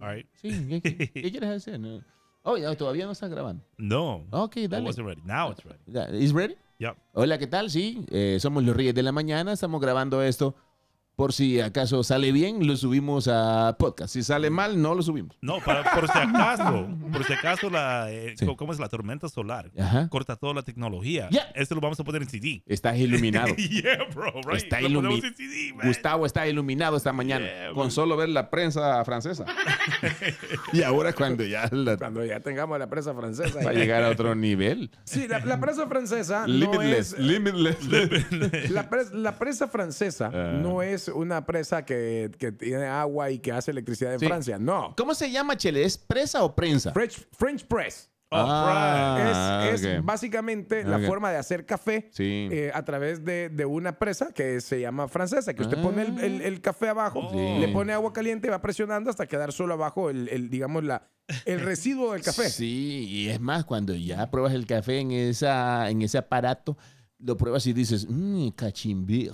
All right. Sí, ¿qué, qué- qué quieres hacer? No. Oh, ya, todavía no estás grabando. No. Ok, I Oh, dale. wasn't ready. Now it's ready. Ya, ¿Is ready? Yep. Hola, ¿qué tal? Sí, eh, somos los Reyes de la Mañana. Estamos grabando esto. Por si acaso sale bien, lo subimos a podcast. Si sale mal, no lo subimos. No, para, por si acaso, por si acaso, la, eh, Sí. ¿cómo es la tormenta solar? Ajá. Corta toda la tecnología. Yeah. Esto lo vamos a poner en CD. Estás iluminado. yeah, bro, right? Pues Está Lo ilumi- ponemos en CD, man. Gustavo está iluminado esta mañana Yeah, con man. solo ver la prensa francesa. y ahora cuando ya la- Cuando ya tengamos la presa francesa. va a llegar a otro nivel. Sí, la, la presa francesa no Limitless, es... limitless. La, pres- la presa francesa Ah. no es una presa que, que tiene agua y que hace electricidad en Sí. Francia. No. ¿Cómo se llama, Chele? ¿Es presa o prensa? French, French press. Oh, Ah. right. Es- es, ok. básicamente la Ok. forma de hacer café Sí. eh, a través de, de una presa que se llama francesa, que usted Ah. pone el, el- el café abajo, Sí. le pone agua caliente y va presionando hasta quedar solo abajo el, el, digamos, la, el residuo del café. Sí, y es más, cuando ya pruebas el café en, esa, en ese aparato, lo pruebas y dices, mmm, cachimbir.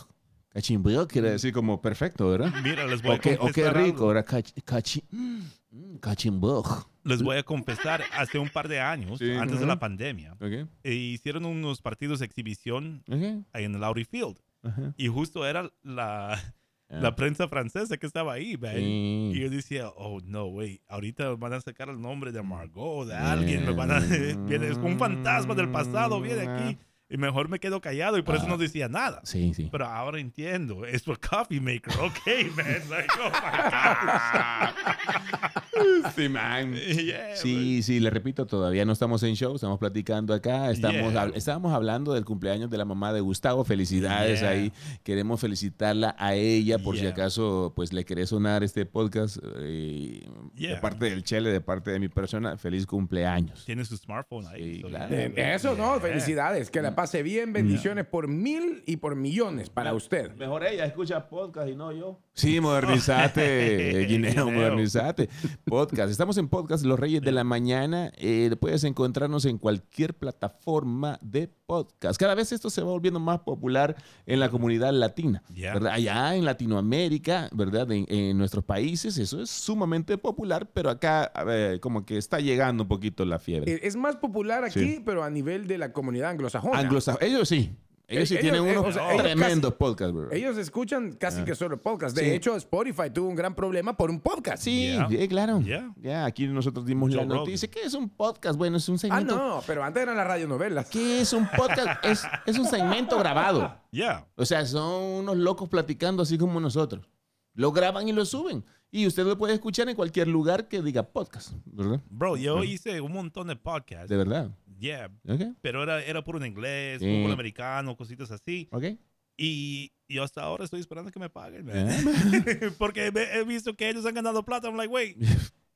Cachimbir quiere decir como perfecto, ¿verdad? Mira, les voy O qué, a o qué confesar rico, algo. ¿verdad? Cach- cachi- mm, cachimbir. Les voy a confesar, hace un par de años, Sí. antes de Ujú. la pandemia, Ok, e hicieron unos partidos de exhibición ok, ahí en el Audi Field. ajá. Y justo era la, la prensa francesa que estaba ahí, man. Sí. Y yo decía, oh, no, güey, ahorita van a sacar el nombre de Margot, de alguien, me van a... Mm. viene un fantasma del pasado, viene aquí. Y mejor me quedo callado y por eso Ah. no decía nada. Sí, sí. Pero ahora entiendo, es por Coffee Maker, ok, man. Like, oh my Sí, man. God. Yeah, Sí, sí, le repito, todavía no estamos en show, estamos platicando acá, estamos, Yeah. hab- estábamos hablando del cumpleaños de la mamá de Gustavo, felicidades Yeah. ahí, queremos felicitarla a ella por si Yeah. acaso pues le querés sonar este podcast eh, de Yeah. parte del Chele, de parte de mi persona, feliz cumpleaños. Tiene su smartphone ahí. Sí, so, claro. yeah, Eh, Eso, yeah. ¿no? Felicidades. Que Mm. la pase bien. Bendiciones por mil y por millones para Ah. usted. Mejor ella escucha podcast y no yo. Sí, modernizate, eh, Guineo, Guineo. modernizate. Podcast. Estamos en podcast Los Reyes de la Mañana. Eh, puedes encontrarnos en cualquier plataforma de podcast. Cada vez esto se va volviendo más popular en la comunidad latina. Yeah. ¿verdad? Allá en Latinoamérica, ¿verdad? En, en nuestros países eso es sumamente popular, pero acá a ver, como que está llegando un poquito la fiebre. Eh, Es más popular aquí, Sí. pero a nivel de la comunidad anglosajona. Anglosa- ellos sí. Ellos sí Eh, tienen ellos- eh, unos o sea, ellos casi- tremendos podcasts, bro. Ellos escuchan casi Ah. que solo podcast. De Sí. hecho, Spotify tuvo un gran problema por un podcast. Sí, Yeah. eh, claro. Yeah. Ya, aquí nosotros dimos la Joe Rogan. noticia. ¿Qué es un podcast? Bueno, es un Ah, segmento. no, pero antes eran las radionovelas. ¿Qué es un podcast? es, es un segmento grabado. Yeah. O sea, son unos locos platicando así como nosotros. Lo graban y lo suben. Y usted lo puede escuchar en cualquier lugar que diga podcast, ¿verdad? Bro, yo hice un montón de podcasts. De verdad. Yeah. ¿Ok? Pero era, era puro en inglés, Sí. puro americano, cositas así. ¿Ok? Y yo hasta ahora estoy esperando que me paguen, man. ¿Eh? Porque me- he visto que ellos han ganado plata. I'm like, wait,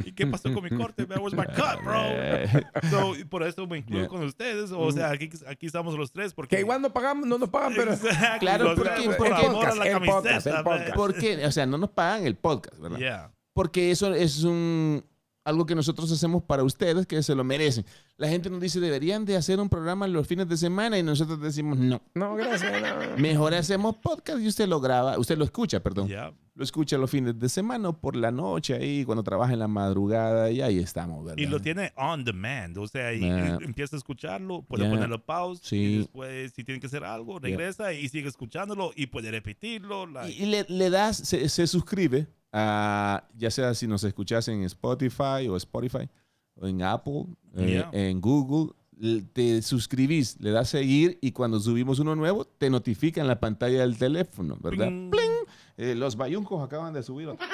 ¿y qué pasó con mi corte? man? Where's my cut, bro? Eh, So, y por eso me incluyo Yeah. Mm. con ustedes. O sea, aquí, aquí estamos los tres. Porque Que igual no pagamos, no nos pagan, pero. Exacto. Claro, O sea, porque- por porque- amor a la el podcast, el camiseta, man. podcast. ¿Por qué? O sea, no nos pagan el podcast, ¿verdad? Yeah. porque eso es un algo que nosotros hacemos para ustedes que se lo merecen. La gente nos dice, deberían de hacer un programa los fines de semana y nosotros decimos, no, No, gracias. no. mejor hacemos podcast y usted lo graba, usted lo escucha, perdón. Yeah. Lo escucha los fines de semana o por la noche ahí, cuando trabaja en la madrugada y ahí estamos, ¿verdad? Y lo tiene on demand, o sea, y, Yeah. y empieza a escucharlo, puede Yeah. ponerlo pause, Sí. y después si tiene que hacer algo, Yeah. regresa y sigue escuchándolo y puede repetirlo. like- Y, y le, le das, se, se suscribe a, ya sea si nos escuchas en Spotify o Spotify, o en Apple, eh, Yeah. en Google, l- te suscribís, le das seguir y cuando subimos uno nuevo, te notifica en la pantalla del teléfono, ¿verdad? Pling. Eh, los bayuncos acaban de subir. otro.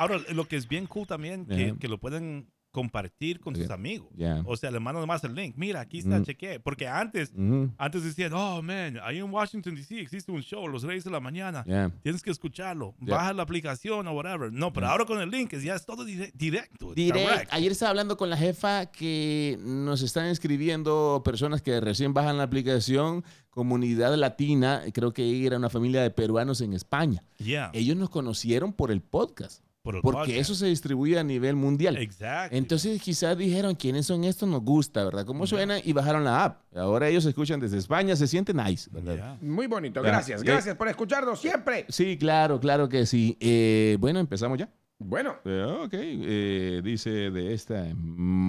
Ahora, lo que es bien cool también, que, Ajá. que lo pueden compartir con sus Ok. amigos. Ya. O sea, le mandan nomás el link. Mira, aquí está, Mm. chequeé. Porque antes, Ujú, antes decían, oh, man, ahí en Washington, D.C. existe un show, Los Reyes de la Mañana. ya. Tienes que escucharlo. Ya. Baja la aplicación o whatever. No, pero ahora con el link es- ya es todo dire- directo. Direct. direct. Ayer estaba hablando con la jefa que nos están escribiendo personas que recién bajan la aplicación, comunidad latina, creo que ella era una familia de peruanos en España. Yeah, ellos nos conocieron por el podcast, Ah. por el eh, porque podcast. eso se distribuye a nivel mundial. Exacto. Entonces quizás dijeron, ¿quiénes son estos? Nos gusta, ¿verdad? ¿Cómo suena? Y bajaron la app. Ahora ellos escuchan desde España, se sienten nice, ¿verdad? Yeah. Muy bonito. Ya. Gracias. Ya. Gracias por escucharnos siempre. Sí, claro, claro que sí. Eh, bueno, empezamos ya. Bueno, Eh, ok, eh, dice de esta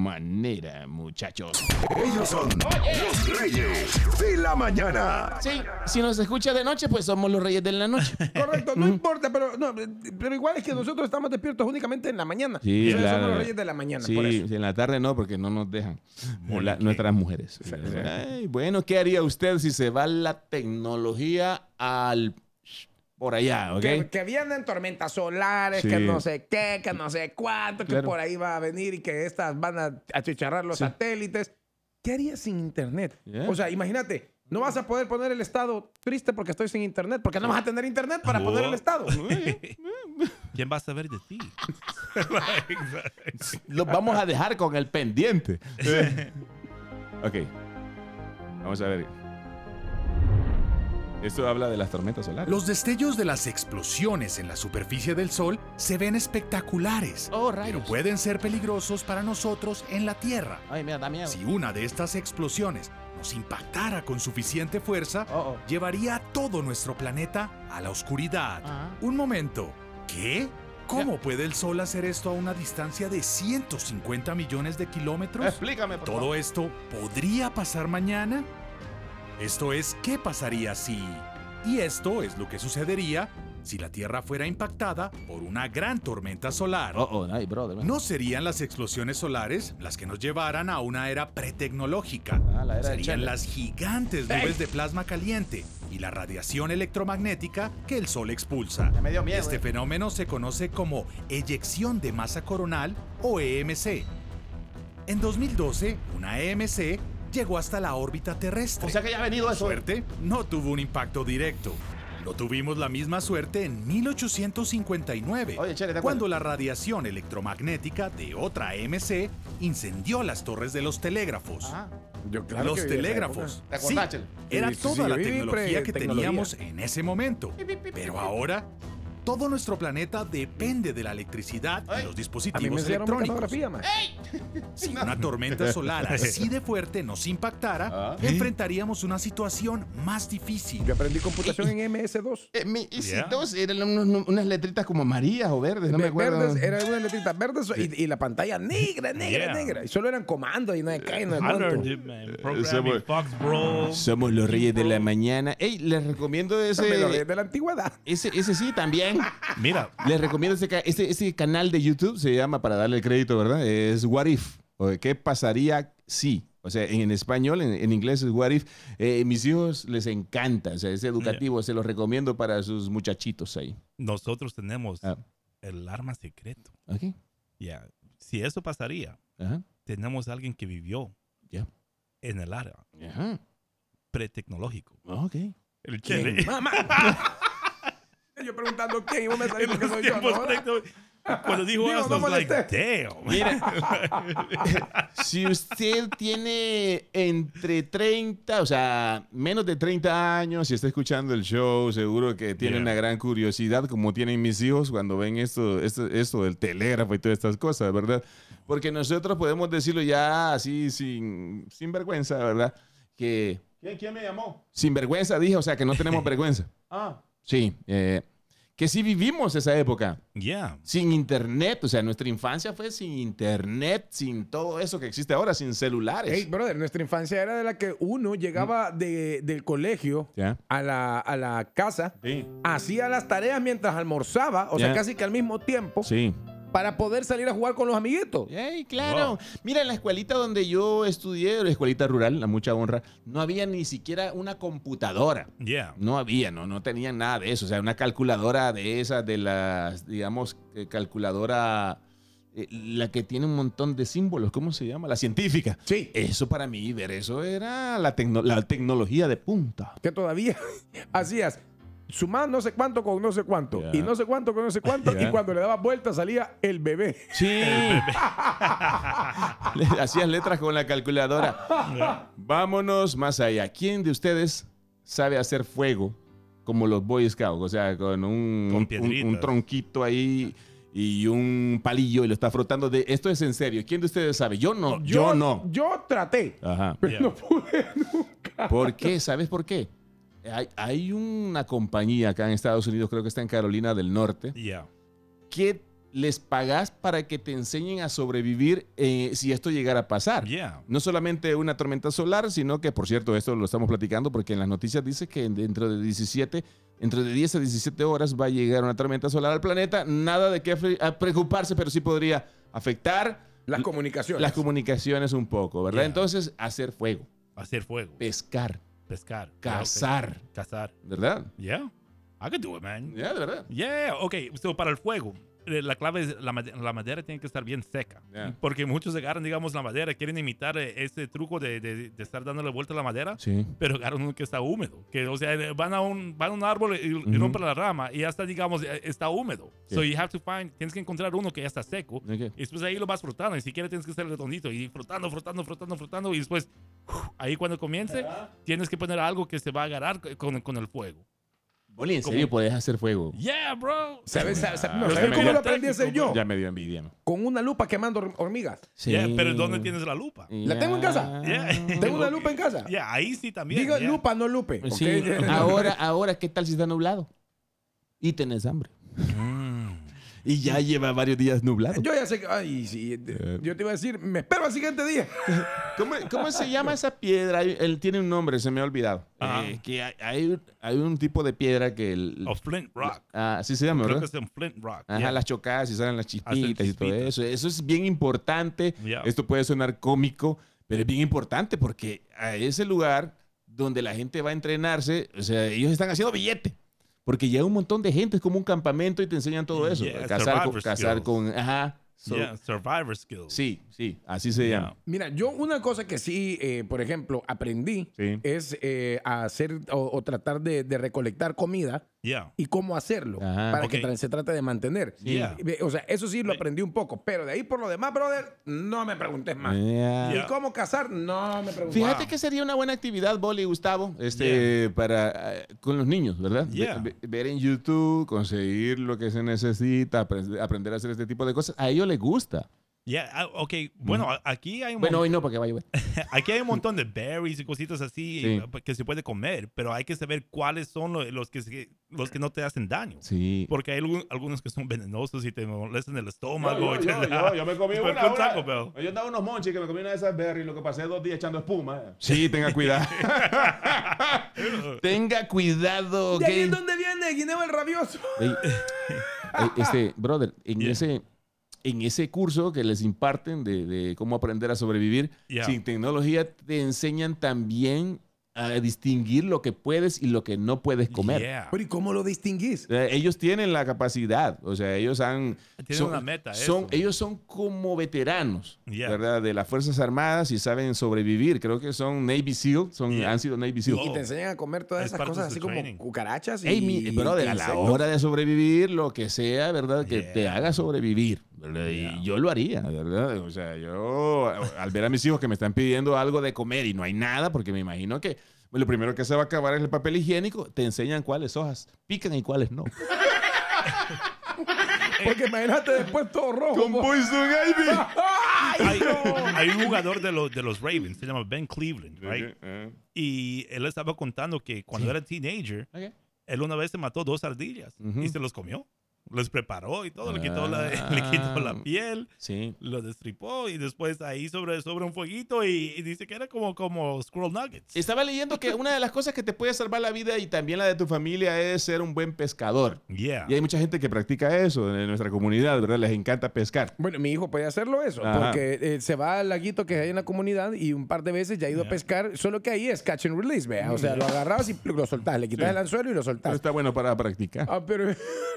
manera, muchachos. Ellos son los reyes de la mañana. Sí, si nos escucha de noche, pues somos los reyes de la noche. correcto, no importa, pero, no, pero igual es que nosotros estamos despiertos únicamente en la mañana. Sí, Ustedes claro. somos los reyes de la mañana, Sí, por eso. en la tarde no, porque no nos dejan. O la- Ok. nuestras mujeres. Ay, bueno, ¿qué haría usted si se va la tecnología al por allá, ok? Que, que vienen tormentas solares, Sí. que no sé qué, que no sé cuánto, que Claro. por ahí va a venir y que estas van a achicharrar los Sí. satélites. ¿Qué harías sin internet? Yeah. O sea, imagínate, no vas a poder poner el estado triste porque estoy sin internet, porque no vas a tener internet para Oh. poner el estado. ¿Quién va a saber de ti? Los vamos a dejar con el pendiente. ok. Vamos a ver. Esto habla de las tormentas solares. Los destellos de las explosiones en la superficie del Sol se ven espectaculares, Oh, rayos. pero pueden ser peligrosos para nosotros en la Tierra. Ay, mira, da miedo. Si una de estas explosiones nos impactara con suficiente fuerza, Oh, oh. llevaría a todo nuestro planeta a la oscuridad. Ah. Un momento, ¿qué? ¿Cómo puede el Sol hacer esto a una distancia de 150 millones de kilómetros? Explícame, por favor. ¿Todo esto podría pasar mañana? Esto es, ¿qué pasaría si? Y esto es lo que sucedería si la Tierra fuera impactada por una gran tormenta solar. Oh, oh, ay, brother. man. No serían las explosiones solares las que nos llevaran a una era pretecnológica. Ah, la era de Serían Chele. las gigantes nubes de plasma caliente y la radiación electromagnética que el Sol expulsa. me dio miedo, este eh. fenómeno se conoce como eyección de masa coronal o EMC. En 2012, una EMC llegó hasta la órbita terrestre. O sea que ya ha venido eso. Suerte no tuvo un impacto directo. No tuvimos la misma suerte en 1859, Oye, Chele, ¿te acuerdas? cuando la radiación electromagnética de otra EMC incendió las torres de los telégrafos. Ah, Yo los telégrafos. ¿Te Sí, acordás, Chele? era Sí, sí, toda sí, la vi tecnología que pre-tecnología. teníamos en ese momento. Pero ahora, todo nuestro planeta depende de la electricidad y los A mí me dispositivos enseñaron electrónicos. mecanografía, man. Si una tormenta solar así de fuerte nos impactara, enfrentaríamos una situación más difícil. Ah. Yo aprendí computación en MS2. Eh, mi- y si Ya. dos eran unos- unas letritas como amarillas o verdes, no me Ve- acuerdo. verdes, eran unas letritas verdes y, y la pantalla negra, negra, Yeah. negra. Y solo eran comandos y nada de cae, nada de I cuento. learned it, Eh, man. Programming, somos- Fox, bro. Somos los reyes de la mañana. Ey, les recomiendo Me lo reí ese. de la antigüedad. Ese, ese sí, también. Mira, Les recomiendo ese, ca- ese, ese canal de YouTube, se llama, para darle crédito, ¿verdad? Es What If. O de ¿Qué pasaría si? O sea, en, en español, en, en inglés es What If. Eh, mis hijos les encanta, o sea, es educativo, se los recomiendo para sus muchachitos ahí. nosotros tenemos Ah. el arma secreto. ¿Ok? Ya, Si eso pasaría, Ajá. tenemos a alguien que vivió Ya. en el área Ajá. pretecnológico. Ok. El ¿Quién? chile. Mamá. Yo preguntando quién y vos me salís En con que los soy yo, tiempos ¿no? pretecno- Cuando dijo Digo, eso, no I was like, molesté. damn. Si usted tiene entre 30, o sea, menos de 30 años y está escuchando el show, seguro que tiene Yeah. una gran curiosidad, como tienen mis hijos cuando ven esto, esto, esto del telégrafo y todas estas cosas, ¿verdad? Porque nosotros podemos decirlo ya así, sin, sin vergüenza, ¿verdad? Que... ¿Quién, me llamó? Sin vergüenza, dije, o sea, que no tenemos vergüenza. Ah. Sí, eh, que sí vivimos esa época Yeah. sin internet. O sea, nuestra infancia fue sin internet, sin todo eso que existe ahora, sin celulares. Ey, brother, nuestra infancia era de la que uno llegaba de- del colegio ¿Ya? a la, a la casa, hacía las tareas mientras almorzaba, o Ya. sea, casi que al mismo tiempo, Sí. para poder salir a jugar con los amiguitos. Ey, claro. Wow. Mira, en la escuelita donde yo estudié, la escuelita rural, la mucha honra, no había ni siquiera una computadora. Yeah. No había, no, no tenían nada de eso. O sea, una calculadora de esas, de las, digamos, eh, calculadora, eh, la que tiene un montón de símbolos, ¿cómo se llama? La científica. Sí. Eso para mí, ver eso era la, tecno- la tecnología de punta. que todavía hacías sumar no sé cuánto con no sé cuánto Ya. y no sé cuánto con no sé cuánto Ya. y cuando le dabas vuelta salía el bebé. Sí. Le hacías letras con la calculadora. Vámonos más allá. ¿Quién de ustedes sabe hacer fuego como los Boy Scouts? O sea, con un, Con un- piedritas. un tronquito ahí y un palillo y lo está frotando. De, esto es en serio. ¿Quién de ustedes sabe? Yo no. Yo, no. Yo traté, Ajá. pero Ya. no pude nunca. ¿Por qué? ¿Sabes por qué? Hay, hay una compañía acá en Estados Unidos, creo que está en Carolina del Norte, Yeah. que les pagás para que te enseñen a sobrevivir eh, si esto llegara a pasar. Yeah. No solamente una tormenta solar, sino que, por cierto, esto lo estamos platicando porque en las noticias dice que dentro de 17, entre de 10 a 17 horas va a llegar una tormenta solar al planeta. Nada de qué afre- a preocuparse, pero sí podría afectar Las comunicaciones. las comunicaciones un poco, ¿verdad? Yeah. Entonces, hacer fuego, Hacer fuego. pescar, Ah, pescar. yeah, okay. cazar, Cazar. ¿verdad? Yeah. I could do it, man. Ya, de verdad. Yeah, ok. So, para el fuego, eh, la clave es la, made- la madera tiene que estar bien seca. Yeah. Porque muchos agarran, digamos, la madera, quieren imitar eh, ese truco de, de- de estar dándole vuelta a la madera, Sí. pero agarran uno que está húmedo. Que, o sea, eh, van a un, van a un árbol y, y Ujú. rompen la rama y ya está, digamos, eh, está húmedo. Sí. So you have to find, tienes que encontrar uno que ya está seco. Ok. Y después ahí lo vas frotando. Y si quieres, tienes que hacer el redondito. Y frotando, frotando, frotando, frotando. Y después, uf, ahí cuando comience, tienes que poner algo que se va a agarrar co- con, con el fuego. Boli, en serio, podés hacer fuego. Yeah, bro. ¿Sabes, sabes- sabes- no, Yo ¿sabes soy cómo como lo aprendí a hacer técnico, yo? Ya me dio envidia. ¿no? Con una lupa quemando horm- hormigas. Yeah, pero ¿dónde tienes la lupa? ¿La tengo en casa? Yeah. ¿Tengo una lupa en casa? Yeah, ahí sí también. Digo yeah. lupa, no lupe. ¿ok? Pues Sí. Ahora, ahora, ¿qué tal si está nublado? Y tenés hambre. Y ya lleva varios días nublado. Yo ya sé que. Ay, sí. Eh. Yo te iba a decir, me espero al siguiente día. ¿Cómo, cómo se llama esa piedra? Hay- Él tiene un nombre, se me ha olvidado. Ajá. Eh, que hay, hay, hay un tipo de piedra que... El, O Flint Rock. Ah, así se llama, Creo que ¿verdad? es en Flint Rock. Ajá, yeah. las chocadas y salen las chispitas y todo chispitas. eso. Eso es bien importante. Yeah. Esto puede sonar cómico, pero es bien importante porque a ese lugar donde la gente va a entrenarse, o sea, ellos están haciendo billete. Porque llega un montón de gente, es como un campamento y te enseñan todo eso. Yeah, cazar, con, survivor cazar skills. con... Ajá. so- Yeah, survivor skills. Sí, sí, así se Yeah. llama. Mira, yo una cosa que sí, eh, por ejemplo, aprendí Sí. es eh, a hacer o, o tratar de, de recolectar comida Yeah. y cómo hacerlo Ajá. para Ok. que tra- se trate de mantener. Yeah. Ve- O sea, eso sí lo aprendí un poco, pero de ahí por lo demás, brother, no me preguntes más. Yeah. Yeah. ¿Y cómo cazar? No me preguntes. Fíjate Wow. que sería una buena actividad, Boli Gustavo, este, para eh, con los niños, ¿verdad? Ve- Yeah. ve- ver en YouTube, conseguir lo que se necesita, apre- aprender a hacer este tipo de cosas. A ellos les gusta. Yeah, ah, ok. Bueno, a- aquí hay un Bueno, hoy no, porque va a llover. Aquí hay un montón de berries y cositas así Sí. eh, que se puede comer, pero hay que saber cuáles son lo- los que, se- los que no te hacen daño. Sí. Porque hay algu- algunos que son venenosos y te molestan el estómago. y te da- me comí Fue con Taco Bell. Yo andaba unos monches que me comí una de esas berries, lo que pasé dos días echando espuma. Sí, tenga cuidado. tenga cuidado, ¿De ahí es gay. donde viene Guineo el rabioso? Ey, ey, este, brother, en Yeah. ese en ese curso que les imparten de, de cómo aprender a sobrevivir Yeah. sin tecnología, te enseñan también a distinguir lo que puedes y lo que no puedes comer. Yeah. Pero ¿y cómo lo distinguís? Eh, Ellos tienen la capacidad, o sea, ellos han... Tienen una meta, Son, eso. ellos son como veteranos, Yeah. ¿verdad? De las Fuerzas Armadas y saben sobrevivir. Creo que son Navy SEAL, son, Yeah. han sido Navy SEAL. Oh. Y te enseñan a comer todas Es esas parte cosas de su así como training. cucarachas y, Ey, mi, pero de a la insectos. hora de sobrevivir, lo que sea, ¿verdad? Que te Yeah. haga sobrevivir. ¿verdad? Y Yeah. yo lo haría, ¿verdad? O sea, yo a- al ver a mis hijos que me están pidiendo algo de comer y no hay nada, porque me imagino que lo primero que se va a acabar es el papel higiénico, te enseñan cuáles hojas pican y cuáles no. Porque imagínate después todo rojo. po. Poison Ivy! Hay, hay un jugador de los, de los Ravens, se llama Ben Cleveland, Eh, right? Y él estaba contando que cuando era teenager, Ok. él una vez se mató dos ardillas Ujú. y se los comió. Los preparó y todo, le, quitó la, Ah. le quitó la piel. Sí. lo destripó y después ahí sobre, sobre un fueguito y, y dice que era como, como Squirrel Nuggets. Estaba leyendo que una de las cosas que te puede salvar la vida y también la de tu familia es ser un buen pescador. yeah. Y hay mucha gente que practica eso en nuestra comunidad, ¿verdad? Les encanta pescar. Bueno, mi hijo puede hacerlo eso, Ajá. porque eh, se va al laguito que hay en la comunidad y un par de veces ya ha ido a Ya. pescar, solo que ahí es catch and release, vea. O Mm. sea, lo agarrabas y lo soltás, le quitas el anzuelo y lo Pero soltás. está bueno para practicar. Ah, pero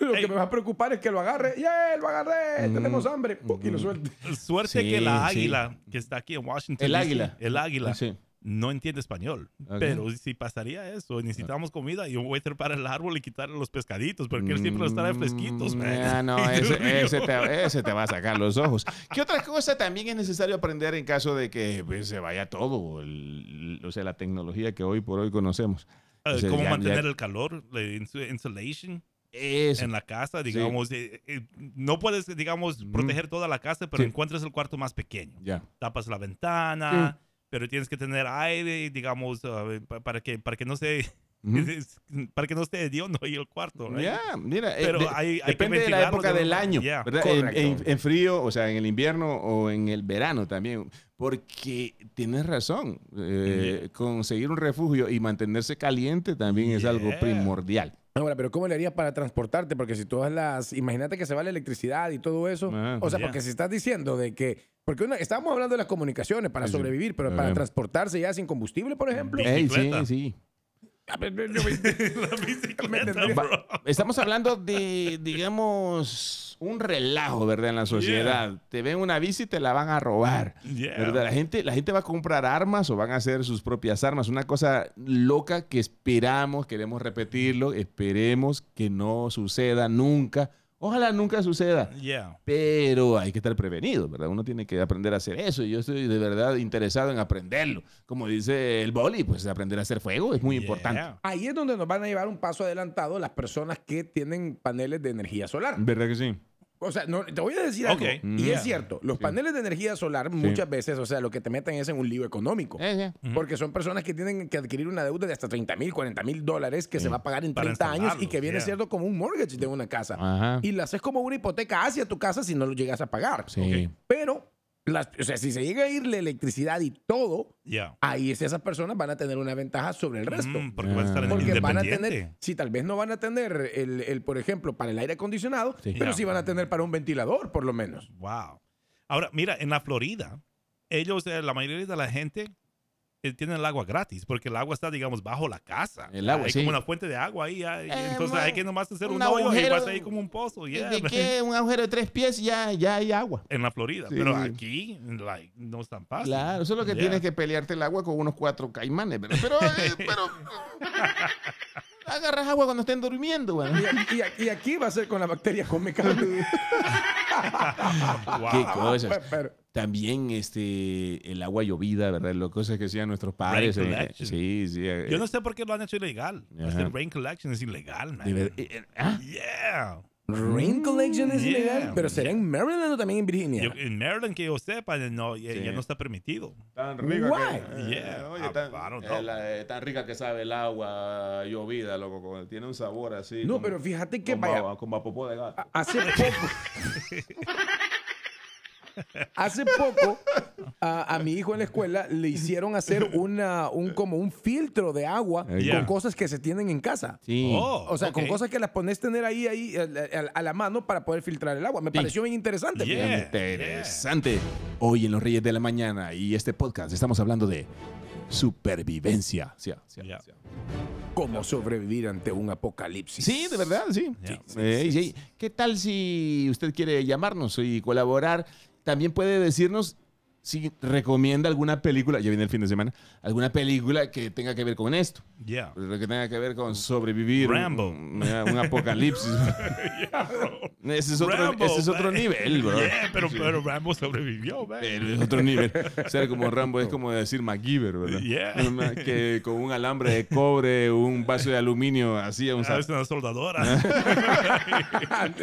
lo Ey. que me va a preocupar es que lo agarre. ¡Yeah! Lo agarré. Tenemos hambre. ¡Puc! Y lo suelte. Suerte Sí, que la sí. águila que está aquí en Washington. El DC, águila. El águila. Sí. No entiende español. Ok. Pero si pasaría eso, necesitamos comida, yo voy a trepar el árbol y quitarle los pescaditos, porque él siempre los trae fresquitos, Mm, man. ah, no, Y ese, Dios mío. ese te, ese te va a sacar los ojos. ¿Qué otra cosa también es necesario aprender en caso de que pues, se vaya todo? El- o sea, la tecnología que hoy por hoy conocemos. Eh, O sea, ¿Cómo ya- mantener ya- el calor? La insu- insulation Eso. en la casa, digamos. eh, eh, no puedes, digamos, proteger toda la casa, pero Sí. encuentras el cuarto más pequeño. Ya. tapas la ventana, pero tienes que tener aire, digamos, uh, pa- para que, para que no se Ujú. Es- es- para que no esté hediondo ahí el cuarto. right? Ya, mira, eh, Pero de- hay- hay que depende de la ventilarlo época de del alguna- año, Ya, ¿verdad? En, correcto. en- en frío, o sea, en el invierno o en el verano también, porque tienes razón, eh, conseguir un refugio y mantenerse caliente también es algo Yeah. primordial. Ahora, pero ¿cómo le harías para transportarte? Porque si todas las. Imagínate que se va la electricidad y todo eso. Ah, o sea, ya. porque si estás diciendo de que. Porque una, estábamos hablando de las comunicaciones para Sí, sí. sobrevivir, pero Ah. para transportarse ya sin combustible, por ejemplo. Bien. Ey, sí, Bicicleta. sí. Ah, la bicicleta, entendí. bro. Estamos hablando de, digamos, un relajo, ¿verdad? En la sociedad. Te ven una bici y te la van a robar. Yeah. ¿verdad? La, gente, la gente va a comprar armas o van a hacer sus propias armas. Una cosa loca que esperamos, queremos repetirlo, esperemos que no suceda nunca. Ojalá nunca suceda. Yeah. Pero hay que estar prevenido, ¿verdad? Uno tiene que aprender a hacer eso. Y yo estoy de verdad interesado en aprenderlo. Como dice el boli, pues aprender a hacer fuego es muy Yeah. importante. Ahí es donde nos van a llevar un paso adelantado las personas que tienen paneles de energía solar. ¿Verdad que sí? O sea, no, te voy a decir Ok, algo. Y yeah. es cierto, los paneles de energía solar muchas veces, o sea, lo que te meten es en un lío económico. Eh, sí. Porque son personas que tienen que adquirir una deuda de hasta 30 mil, 40 mil dólares que se va a pagar en Para 30 años y instalarlos, que viene yeah. Ah. siendo como un mortgage de una casa. Ajá. Y la haces como una hipoteca hacia tu casa si no lo llegas a pagar. Sí. Pero, las, o sea, si se llega a ir la electricidad y todo, Yeah. ahí es esas personas van a tener una ventaja sobre el resto. Mm, porque van a estar Ah. en Porque van a independiente. tener, si tal vez no van a tener el, el, por ejemplo, para el aire acondicionado, Sí. pero Ya. sí van a tener para un ventilador, por lo menos. Wow. Ahora, mira, en la Florida, ellos, eh, la mayoría de la gente, eh, tienen el agua gratis, porque el agua está, digamos, bajo la casa. El agua, Hay sí. como una fuente de agua ahí. ah, y Eh, entonces ma- hay que nomás hacer un, un hoyo y agujero. vas ahí como un pozo. yeah, ¿De man. qué? Un agujero de tres pies ya, ya hay agua. En la Florida. Sí. Pero aquí, like, no es tan fácil. Claro, solo que Yeah. tienes que pelearte el agua con unos cuatro caimanes, ¿verdad? Pero, eh, pero agarras agua cuando estén durmiendo, güey. Y, a- y a- y aquí va a ser con la bacteria cómica. Wow. Qué cosas. Pero- También este el agua llovida, ¿verdad? Las cosas que hacían nuestros padres. Rain eh, collection. sí, sí. eh, Yo no sé por qué lo han hecho ilegal. Ajá. Hacer rain collection es ilegal, man. de ver- eh, eh, ah, Yeah. Rain Collection es Mm, Yeah. ilegal, pero será en Maryland o también en Virginia. Yo- en Maryland, que yo sepa, no, ya, Sí. ya no está permitido. Tan rica que, Why? eh, Yeah, Ah, oye, I- tan, I don't know. eh, la- eh, tan rica que sabe el agua llovida, loco. con- Tiene un sabor así. no, como- pero fíjate que con vaya, va- con vapopó de gato. hace poco. hace poco a, a mi hijo en la escuela le hicieron hacer una, un, como un filtro de agua Yeah. con cosas que se tienen en casa. Sí. Oh, O sea, con Eh, ok. cosas que las pones tener ahí, ahí a, a- a la mano para poder filtrar el agua. Me pareció bien interesante. Yeah. fíjate. Interesante. Hoy en Los Reyes de la Mañana y este podcast estamos hablando de supervivencia. Sí, sí, Yeah. sí. Cómo sobrevivir ante un apocalipsis. Sí, de verdad, sí. Yeah. Sí, Eh, sí. ¿Qué tal si usted quiere llamarnos y colaborar? También puede decirnos si recomienda alguna película, ya viene el fin de semana, alguna película que tenga que ver con esto, Yeah. que tenga que ver con sobrevivir. un- Rambo. Un, un apocalipsis. ese es otro, Rambo, ese es otro man. nivel, bro. Yeah, pero, pero Rambo sobrevivió, man. Pero es otro nivel. Ser como Rambo es como decir MacGyver, ¿verdad? Yeah. Una- Que con un alambre de cobre, un vaso de aluminio, hacía un Ah, sal- Es una soldadora.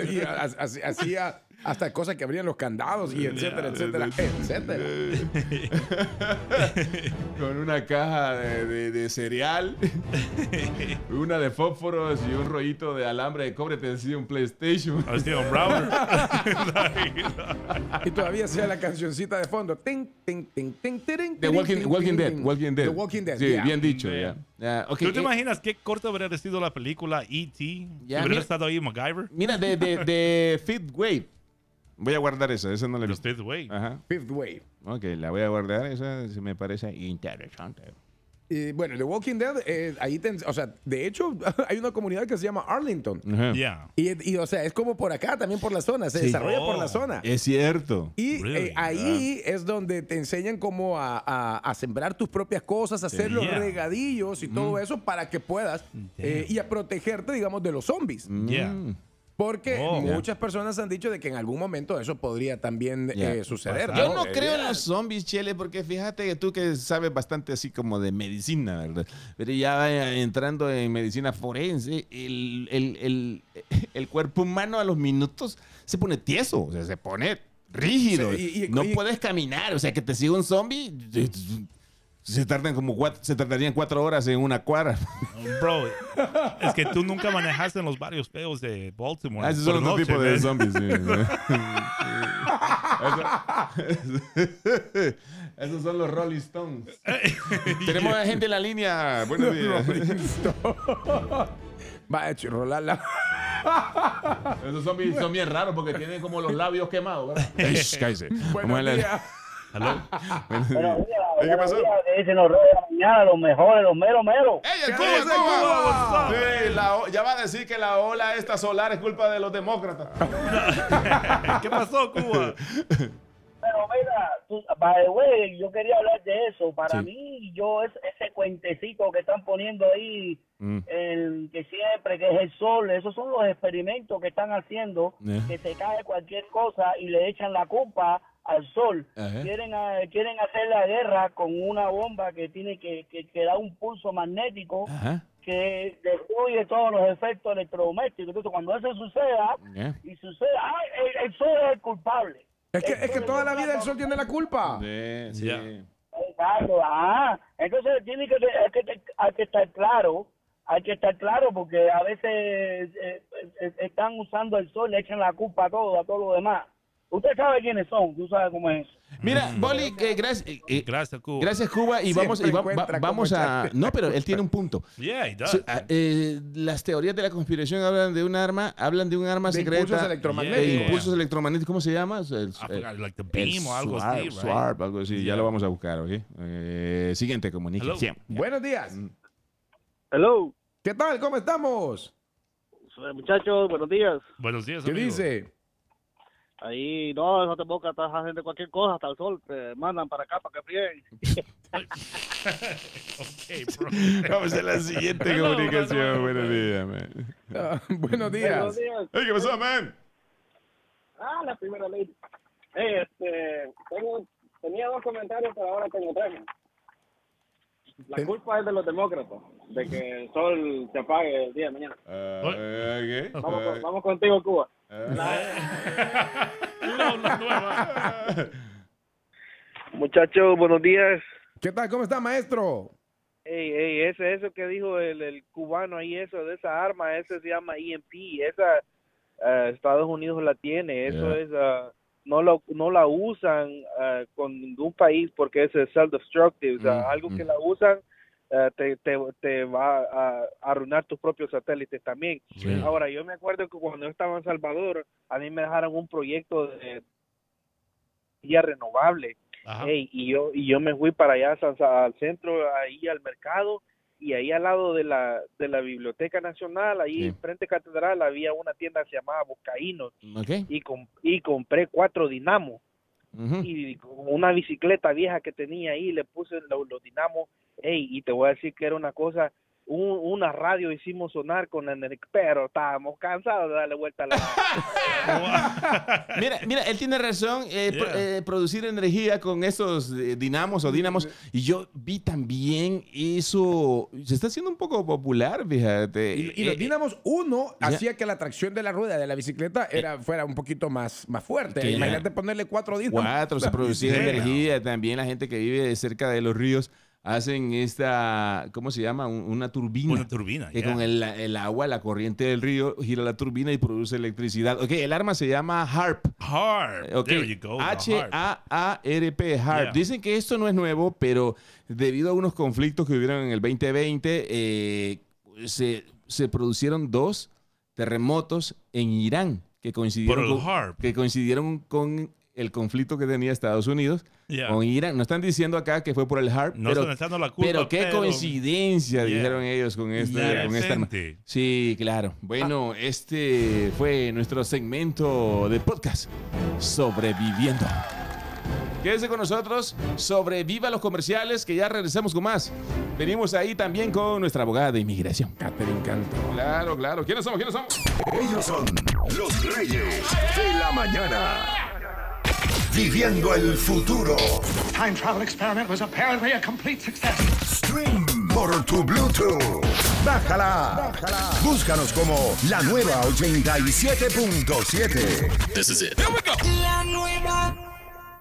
Y ha- ha- ha- hacía hasta cosas que abrían los candados y etcétera, etcétera, etcétera. con una caja de, de- de cereal, una de fósforos y un rollito de alambre de cobre, te decía un PlayStation. Hostia, un router. Y todavía sea la cancioncita de fondo. Ting, ting, ting, ting, tiring, The tiring, Walking, ting, Walking ting, Dead, ting. Walking Dead. The Walking Dead. Sí, yeah. bien dicho, ya. Ya, ok, ¿Tú te eh, imaginas qué corta habría sido la película E.T.? Ya, ¿Hubiera mira. estado ahí MacGyver? Mira, de, de, de Fifth Wave. Voy a guardar esa, esa no la he Los visto. Fifth Way. Ajá. Fifth Wave. Ok, la voy a guardar, esa se me parece interesante. Y bueno, The Walking Dead, eh, ahí, ten- o sea, de hecho, hay una comunidad que se llama Arlington. Ajá. Yeah. Y, y, o sea, es como por acá, también por la zona, se Sí. desarrolla por Oh. la zona. Es cierto. Y eh, Really? Ah. ahí es donde te enseñan cómo a, a- a sembrar tus propias cosas, a hacer los Yeah. Mm-hmm. regadillos y todo eso para que puedas eh, y a protegerte, digamos, de los zombies. Yeah. Mm. Porque Oh. muchas personas han dicho de que en algún momento eso podría también Yeah. eh, suceder. Pasar. Yo no creo en los zombies, Chele, porque fíjate que tú que sabes bastante así como de medicina, ¿verdad? Pero ya vaya entrando en medicina forense, el, el- el- el cuerpo humano a los minutos se pone tieso, o sea, se pone rígido. Sí, y- y- no y- puedes caminar, o sea, que te siga un zombie. eh, Se tardan como cuatro, se tardarían cuatro horas en una cuadra. Bro, es que tú nunca manejaste en los barrios feos de Baltimore. Ah, esos por son otro noche, tipo de man. zombies. sí. Eso- esos son los Rolling Stones. Tenemos a gente en la línea. Buenos días. Va eh, a rolarla. Esos zombies son bien raros porque tienen como los labios quemados. ¿verdad? Ish, cállese. Vamos Buenos a la- días. Hello. Buenos días. Buenos días, Ay, ¿Qué buenos pasó? ¡Eh! días, le dicen los reyes de la mañana, los mejores, los meros, meros. ¡Ey, el ¿Cómo Cuba, está, Cuba! Cuba? What's up? Sí, la o- ya va a decir que la ola esta solar es culpa de los demócratas. ¿Qué pasó, Cuba? Pero mira, tú, by the way, yo quería hablar de eso. Para Sí. mí, yo es, ese cuentecito que están poniendo ahí, Mm. el que siempre, que es el sol, esos son los experimentos que están haciendo, Yeah. que se cae cualquier cosa y le echan la culpa al sol. Ajá. Quieren, eh, quieren hacer la guerra con una bomba que tiene que, que, que da un pulso magnético. Ajá. que destruye todos los efectos electrodomésticos. Entonces, cuando eso suceda, Yeah. y suceda, ¡ay, el, el sol es el culpable. Es que, es que toda la vida el sol tiene la culpa. Sí, sí. Yeah. Exacto, ajá. Entonces, tiene que, hay que, hay que estar claro, hay que estar claro, porque a veces eh, eh, están usando el sol, le echan la culpa a todo, a todo lo demás. Usted sabe quiénes son, tú sabes cómo es. Mira, Boli, que gracias. eh, eh, Gracias, Cuba. Gracias, Cuba. Y vamos, y va- va- encuentra cómo vamos a. echarte No, pero él tiene un punto. Yeah, he does. Sí, ah, eh, las teorías de la conspiración hablan de un arma, hablan de un arma De secreta. e impulsos electromagnéticos. de impulsos electromagnéticos. ¿Cómo se llama? El- el- I forgot, like the el beam o algo así, SWARP, right? SWARP, algo así. Ya Yeah. lo vamos a buscar, ¿ok? Eh, siguiente, comunique. Hello. Sí. Buenos días. Hello, ¿Qué tal? ¿Cómo estamos? muchachos, buenos días. Buenos días, ¿Qué amigo. dice? Ahí, no, no te boca, estás haciendo cualquier cosa, hasta el sol te mandan para acá para que frieguen. Okay, bro. Vamos a la siguiente Hello, comunicación. hello. Buenos días, man. Ah, buenos días. días. Hey, ¿qué pasó, man? Ah, la primera ley. Eh, este, tengo, tenía dos comentarios, pero ahora tengo tres. La Ten- culpa es de los demócratas, de que el sol se apague el día de mañana. Ah, ok. Vamos, con- vamos contigo, Cuba. No, no, nueva. Muchachos, buenos días. ¿Qué tal? ¿Cómo está, maestro? Ey, ey, ese, eso que dijo el, el cubano ahí, eso de esa arma, ese se llama EMP, esa eh, Estados Unidos la tiene, eso Yeah. es, ah, no, la, no la usan ah, con ningún país porque es eh, self-destructive, o sea, Mm, algo que mm. la usan ah, te, te, te va a arruinar tus propios satélites también. Sí. Ahora, yo me acuerdo que cuando yo estaba en Salvador, a mí me dejaron un proyecto de energía renovable. Ajá. Ey, y yo y yo me fui para allá a San- Sa- al centro, ahí al mercado y ahí al lado de la de la biblioteca nacional, ahí Sí. frente a catedral había una tienda que se llamaba Boscaíno Ok. y com- y compré cuatro dinamos Ujú. y con una bicicleta vieja que tenía ahí le puse lo- los dinamos, ey, y te voy a decir que era una cosa un- una radio hicimos sonar con la ener- pero estábamos cansados de darle vuelta a la Mira, mira, él tiene razón. eh, Yeah. pro- eh, producir energía con esos eh, dinamos o Mm. dínamos. Y yo vi también eso. Se está haciendo un poco popular, fíjate. Y, y Eh, los dínamos, uno, ya. hacía que la tracción de la rueda de la bicicleta era, fuera un poquito más, más fuerte. Que ya. Imagínate ponerle cuatro dínamos. Cuatro, se producía Yeah. energía. También la gente que vive cerca de los ríos hacen esta, ¿cómo se llama? Un- Una turbina. Una turbina. que yeah. con el, el agua, la corriente del río, gira la turbina y produce electricidad. Ok, el arma se llama HARP. Harp. Ok, There you go. the harp. H-A-A-R-P, HARP. Yeah. Dicen que esto no es nuevo, pero debido a unos conflictos que hubieron en el 2020, eh, se, se producieron dos terremotos en Irán que Por coincidieron, el con, harp. que coincidieron con el conflicto que tenía Estados Unidos Yeah. con Irán. No están diciendo acá que fue por el HARP, No pero, están echando la culpa. pero qué coincidencia, Yeah. dijeron ellos con, este, con esta arma. Inocente. Sí, claro. Bueno, este fue nuestro segmento de podcast Sobreviviendo. Quédese con nosotros, sobreviva los comerciales, que ya regresamos con más. Venimos ahí también con nuestra abogada de inmigración. Catherine Canto. Claro, claro. ¿Quiénes somos? ¿Quiénes somos? Ellos son los reyes de la mañana. Viviendo el futuro. time travel experiment was apparently a complete success. Stream por tu Bluetooth. Bájala. Búscanos como la nueva 87.7. La nueva